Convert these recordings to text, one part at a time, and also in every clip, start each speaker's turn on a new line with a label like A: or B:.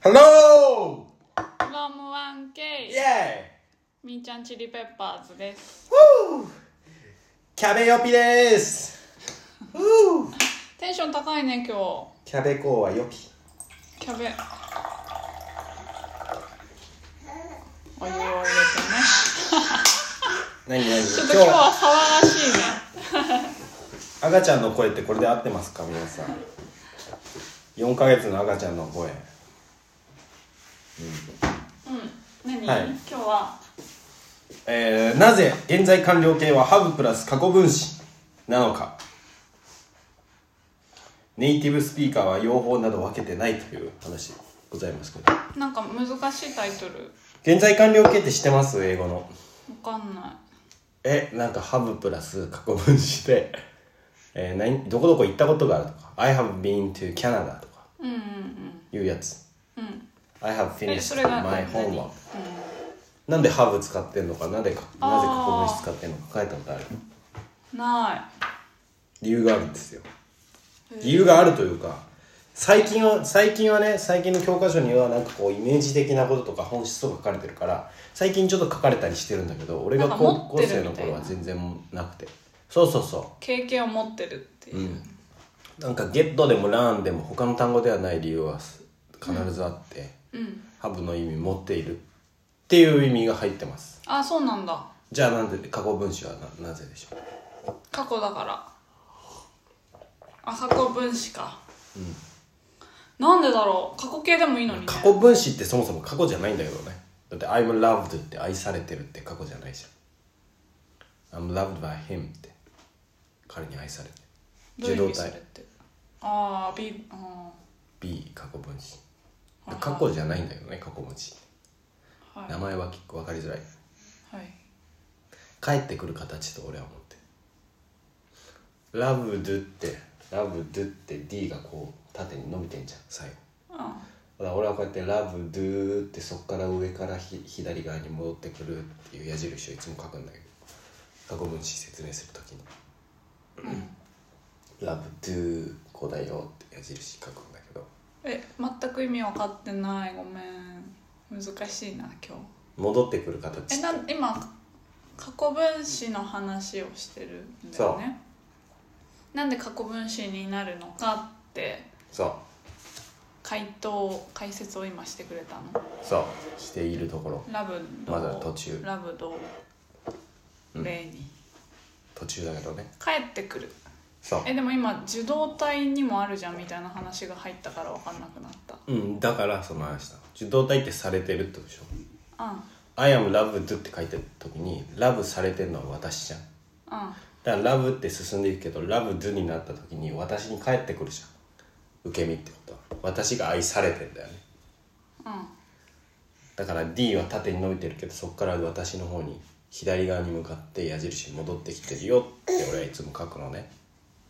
A: Hello!
B: ロムワン K みーちゃんチリペッパーズです
A: Woo! キャベヨピです Woo!
B: テンション高いね今日
A: キャベコはヨピ
B: キャベお湯を入れてね
A: 何何
B: ちょ
A: 今
B: っ
A: 日
B: と今日は騒がしいね
A: 赤ちゃんの声ってこれで合ってますか皆さん4ヶ月の赤ちゃんの声
B: うん何、
A: はい
B: 今日は
A: えー、なぜ現在完了形はハブプラス過去分子なのかネイティブスピーカーは用法など分けてないという話でございますけど
B: なんか難しいタイトル
A: 現在完了形って知ってます英語の
B: わかんな
A: えなんかハブプラス過去分詞で、 えー何どこどこ行ったことがあるとか I have been to Canada とか
B: いうんうん
A: いうやつ
B: うんうん
A: I have
B: えそれ
A: finished
B: が
A: my
B: 何うん
A: homework なんでハブ使ってんのかなぜかなぜ過去分詞使ってんのか書いたことある
B: な
A: 理由があるんですよ
B: へー
A: 理由があるというか最近は最近はね最近の教科書にはなんかこうイメージ的なこととか本質とか書かれてるから最近ちょっと書かれたりしてるんだけど俺が
B: なんか
A: 高
B: 持っ
A: 校
B: てる
A: 生の
B: みたい
A: 頃
B: な
A: は全然なくてそうそうそう
B: い経験を持ってるっていう、
A: なんかゲットでもランでも他の単語ではない理由は必ずあって、
B: うん
A: ハブの意味持っているっていう意味が入ってます
B: あそうなんだ
A: じゃあなんで過去分詞はななぜでしょう
B: 過去だからあ過去分子か、なんでだろう過去形でもいいのにね
A: 過去分詞ってそもそも過去じゃないんだけどねだって「I'm loved」って愛されてるって過去じゃないじゃん「I'm loved by him」って彼に愛されて
B: どういう意味
A: 受動
B: そ
A: 体
B: れってああ B あ
A: B 過去分詞
B: はいはい
A: 過去じゃないんだけどね過去分詞
B: ーはい
A: 名前は結構分かりづらい
B: はい
A: 帰ってくる形と俺は思ってるラブドゥってラブドゥって D がこう縦に伸びてんじゃん最後
B: う
A: だから俺はこうやってラブドゥってそっから上からひ左側に戻ってくるっていう矢印をいつも書くんだけど過去分詞説明するときに、ラブドゥこうだよって矢印書くんだけど
B: んえ全く意味分かってないごめん難しいな今
A: 戻ってくる形
B: 日えな今過去分子の話をしてるんだよねなんで過去分子になるのかって
A: そう
B: 回答解説を今してくれたの
A: そうしているところ
B: ラブド
A: まだ途中
B: ラブド例に、
A: 途中だけどね
B: 帰ってくる
A: そう
B: えでも今受動体にもあるじゃんみたいな話が入ったから分かんなくなった
A: うん、だからその話だ受動体ってされてるってことでしょ
B: うん
A: 「I am loved」って書いてる時に「ラブされてるのは私じゃん
B: うん
A: だから「ラブ」って進んでいくけど「ラブドゥ」になった時に私に返ってくるじゃん受け身ってことは私が愛されてんだよね
B: うん
A: だから D は縦に伸びてるけどそこから私の方に左側に向かって矢印に戻ってきてるよって俺はいつも書くのね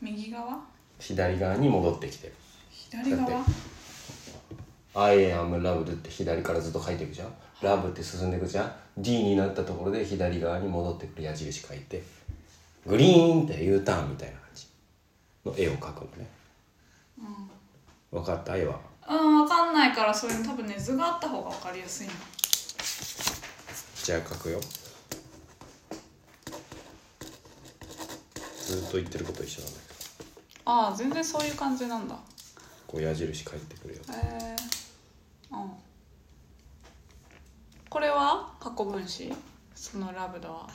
B: 右側
A: 左側に戻ってきてる
B: 左側
A: だって I am loved って左からずっと書いていくじゃん Love って進んでいくじゃん D になったところで左側に戻ってくる矢印書いてグリーンって U ターンみたいな感じの絵を描くのね、分かった絵は
B: うん分かんないからそれに多分ね図があった方が分かりやすいな
A: じゃあ描くよずっと言ってること一緒なんだけど
B: ああ全然そういう感じなんだ
A: こう矢印書いてくるよ
B: へえうんこれは過去分子そのラブドは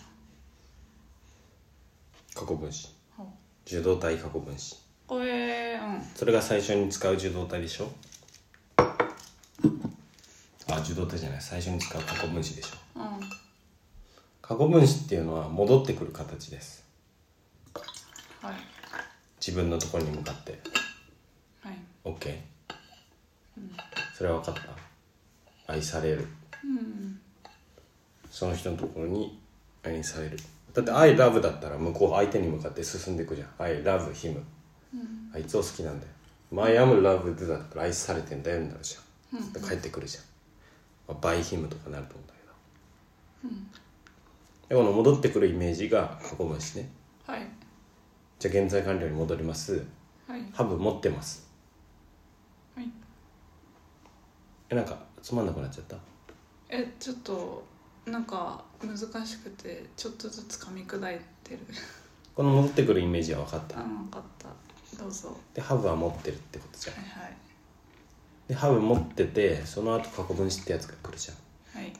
A: 過去分詞
B: ほう
A: 受動体過去分詞
B: これうん
A: それが最初に使う受動体でしょあ受動体じゃない最初に使う過去分詞でしょ
B: うんは
A: 過去分詞っていうのは戻ってくる形です
B: い
A: 自分のところに向かって
B: はい
A: OK、それは分かった愛される
B: うん
A: その人のところに愛されるだって「I love」だったら向こう相手に向かって進んでいくじゃん「I love him」あいつを好きなんだよ「My am loved」だったら愛されてんだよになるじゃん、帰ってくるじゃん「まあ、by him」とかなると思うんだけど、でこの戻ってくるイメージが過去分詞ね
B: はい
A: じゃあ現在完了に戻ります
B: はい
A: ハブ持ってます
B: はい
A: えなんかつまんなくなっちゃった
B: えちょっとなんか難しくてちょっとずつ噛み砕いてる
A: この戻ってくるイメージは分かった
B: あ分かったどうぞ
A: でハブは持ってるってことじゃん
B: はいはい
A: でハブ持っててその後過去分子ってやつが来るじゃん
B: はい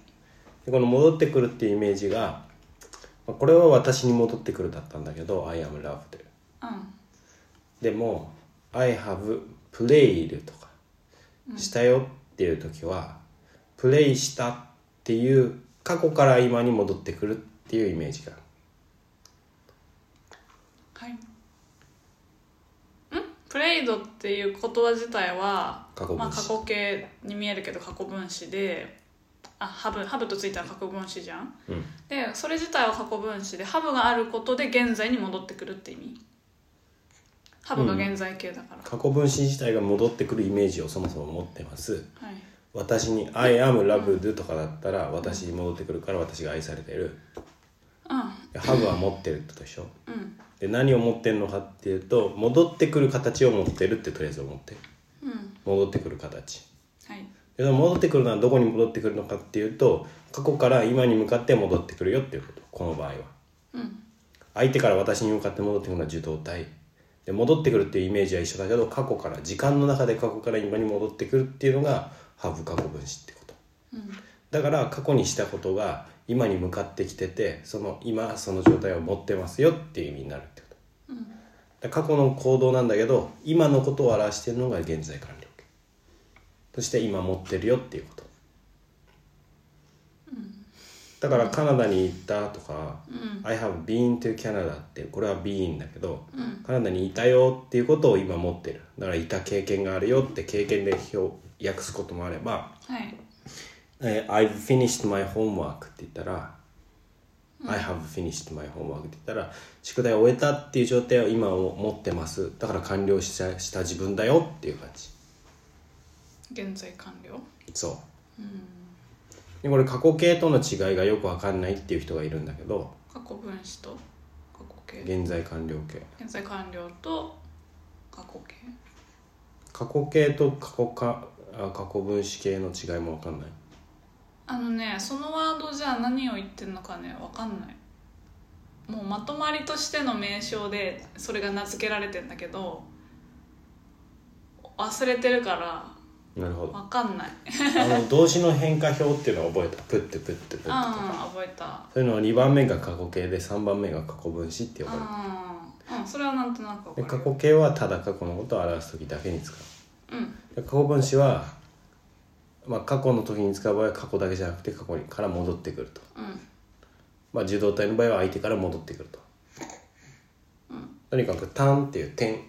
A: でこの戻ってくるっていうイメージがまあこれは私に戻ってくるだったんだけど「I am love」で
B: うん
A: でも「I have played」とか「
B: うん
A: したよ」っていう時は「プレイした」っていう過去から今に戻ってくるっていうイメージがある
B: はいんプレイドっていう言葉自体は
A: 過去分子
B: まあ、過去形に見えるけど過去分子であハブハブとついたら過去分子じゃん
A: うん
B: でそれ自体は過去分子でハブがあることで現在に戻ってくるって意味ハブが現在形だから、
A: 過去分子自体が戻ってくるイメージをそもそも持ってます
B: はい
A: 私に「I am loved」とかだったら私に戻ってくるから私が愛されてるでハブは持ってるってことでしょ
B: うんうん
A: で何を持ってるのかっていうと戻ってくる形を持ってるってとりあえず思ってる
B: うん
A: 戻ってくる形
B: はい
A: でその戻ってくるのはどこに戻ってくるのかっていうと過去から今に向かって戻ってくるよっていうことこの場合は
B: うん
A: 相手から私に向かって戻ってくるのは受動体で戻ってくるっていうイメージは一緒だけど過去から時間の中で過去から今に戻ってくるっていうのがハブ過去分子ってこと
B: うん
A: だから過去にしたことが今に向かってきててその今その状態を持ってますよっていう意味になるってこと
B: うん
A: だから過去の行動なんだけど今のことを表してるのが現在完了形そして今持ってるよっていうこと、だからカナダに行ったとか
B: うん
A: 「I have been to Canada」ってこれは「been」だけど
B: うん
A: カナダにいたよっていうことを今持ってるだからいた経験があるよって経験で表訳すこともあれば
B: はい
A: えー I've finished my homework って言ったら、I have finished my homework って言ったら宿題を終えたっていう状態を今を持ってますだから完了したした自分だよっていう感じ
B: 現在完了
A: そう
B: うん
A: でこれ過去形との違いがよくわかんないっていう人がいるんだけど
B: 過去分子と過去形
A: 現在完了形
B: 現在完了と過去形
A: 過去形と過去かあ過去分子形の違いもわかんない
B: あのねそのワードじゃ何を言ってるのかねわかんないもうまとまりとしての名称でそれが名付けられてんだけど忘れてるから
A: なるほど
B: わかんない
A: あの動詞の変化表っていうのを覚えたプッてプッてプッてとか
B: ああ覚えた
A: そういうのを2番目が過去形で3番目が過去分子って呼ばれてる
B: ああうんそれはなんとなくわ
A: で
B: か
A: 過
B: る
A: 去形はただ過去のことを表す時だけに使
B: うん
A: うで過去分子は、まあ、過去の時に使う場合は過去だけじゃなくて過去にから戻ってくると、
B: うん
A: まあ、受動体の場合は相手から戻ってくると、とにかく「タン」っていう点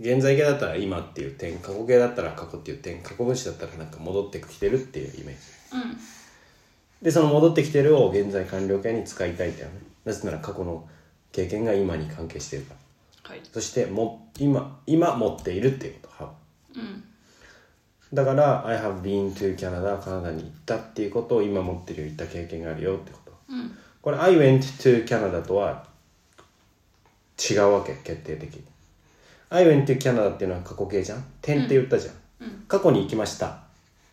A: 現在形だったら「今」っていう点過去形だったら「過去」っていう点過去分子だったらなんか戻ってきてるっていうイメージ
B: うん
A: でその戻ってきてるを現在完了形に使いたいんだよねなぜなら過去の経験が今に関係してるから
B: はい
A: そしても今今持っているっていうことハブ
B: うん
A: だから「I have been to Canada」カナダに行ったっていうことを今持ってるよ行った経験があるよってこと
B: うん
A: これ「I went to Canada」とは違うわけ決定的に「I went to Canada」っていうのは過去形じゃん点って言ったじゃん、
B: うん
A: 過去に行きました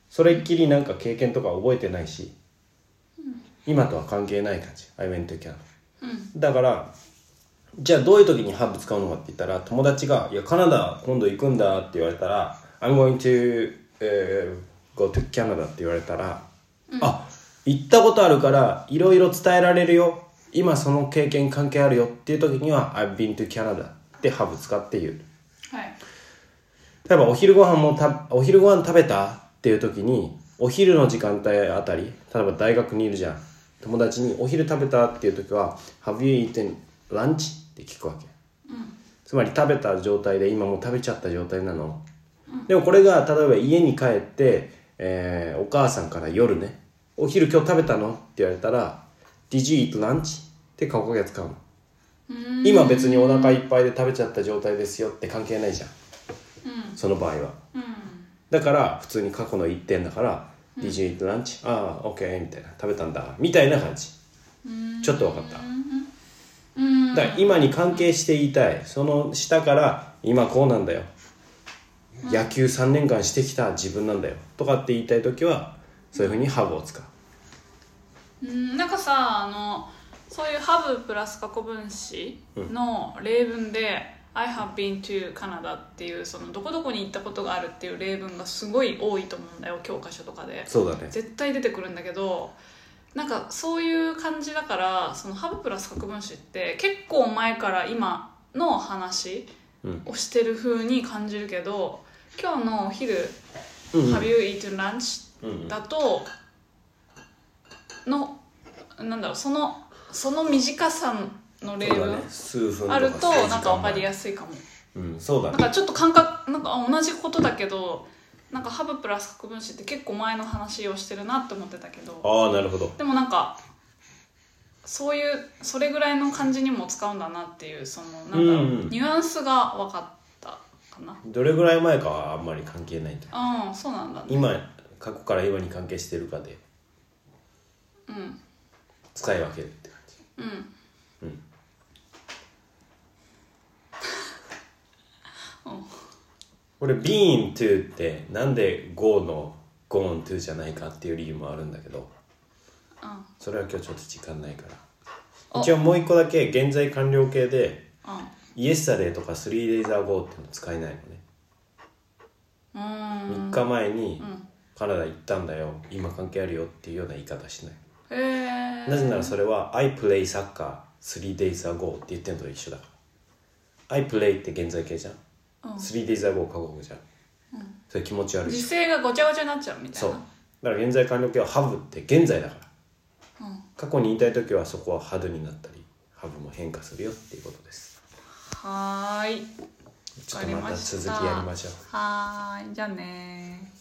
A: それっきりなんか経験とか覚えてないし、今とは関係ない感じ「I went to Canada」
B: うん
A: だからじゃあどういう時にハーブ使うのかって言ったら友達が「いやカナダ今度行くんだ」って言われたら「I'm going to、uh, go to Canada」って言われたら「あ行ったことあるからいろいろ伝えられるよ今その経験関係あるよ」っていう時には「I've been to Canada」ってハーブ使って言う
B: はい
A: 例えばお昼ご飯もたお昼ご飯食べたっていう時にお昼の時間帯あたり例えば大学にいるじゃん友達に「お昼食べた?」っていう時は「Have you eaten lunch?」って聞くわけ
B: うん
A: つまり食べた状態で今もう食べちゃった状態なの、でもこれが例えば家に帰って、えーお母さんから夜ね「お昼今日食べたの?」って言われたら「Did you eat lunch?」って過去形使うの
B: うーん
A: 今別にお腹いっぱいで食べちゃった状態ですよって関係ないじゃん
B: うん
A: その場合は
B: うん
A: だから普通に過去の一点だから「Did you eat lunch?」「ああ OK」みたいな「食べたんだ」みたいな感じ
B: うん
A: ちょっと分かった
B: うん
A: だから今に関係して言いたいその下から「今こうなんだよ」野球3年間してきた自分なんだよとかって言いたい時はそういうふうにハブを使う
B: うんなんかさあのそういうハブプラス過去分詞の例文で「I have been to Canada」っていうそのどこどこに行ったことがあるっていう例文がすごい多いと思うんだよ教科書とかで
A: そうだね
B: 絶対出てくるんだけどなんかそういう感じだからそのハブプラス過去分詞って結構前から今の話
A: うん
B: をしてる風に感じるけど今日のお昼
A: う
B: 「
A: ん
B: Have you eaten lunch?」
A: うん
B: だとのなんだろうそのその短さの例
A: そうだ
B: 文
A: ね数分
B: あると
A: 数時間
B: なんか分かりやすいかも
A: うんそうだ
B: なん
A: ね
B: かちょっと感覚なんかあ同じことだけどなんかハブプラス格分詞って結構前の話をしてるなって思ってたけど
A: ああなるほど
B: でもなんかそういうそれぐらいの感じにも使うんだなっていうそのなんだろう、
A: うん
B: ニュアンスが分かったかな
A: どれぐらい前かはあんまり関係ないんだよ
B: うんそうなんだね
A: 今過去から今に関係してるかで
B: うん
A: 使い分けるって感じ
B: うん
A: うん
B: うん
A: これ being to ってなんで go の gone to じゃないかっていう理由もあるんだけど
B: うん
A: それは今日ちょっと時間ないから
B: お
A: 一応もう一個だけ現在完了形で
B: うん
A: イエスタデーとか 3days ago っていうの使えないのね
B: うー
A: 3
B: ん
A: 日前に
B: うん
A: カナダ行ったんだよ今関係あるよっていうような言い方しない
B: へえ
A: なぜならそれは「I play soccer 3days ago」って言ってるのと一緒だから「I play」って現在形じゃん
B: うん
A: 3days ago 過去語じゃんそれ気持ち悪い
B: 時
A: じゃん
B: 勢がごちゃごちゃになっちゃうみたいな
A: そうだから現在完了形は「have」って現在だから
B: うん
A: 過去に言いたい時はそこは「had」になったり「have」も変化するよっていうことです
B: はーい
A: ちょっとまた続きやりましょう
B: はーいじゃあねー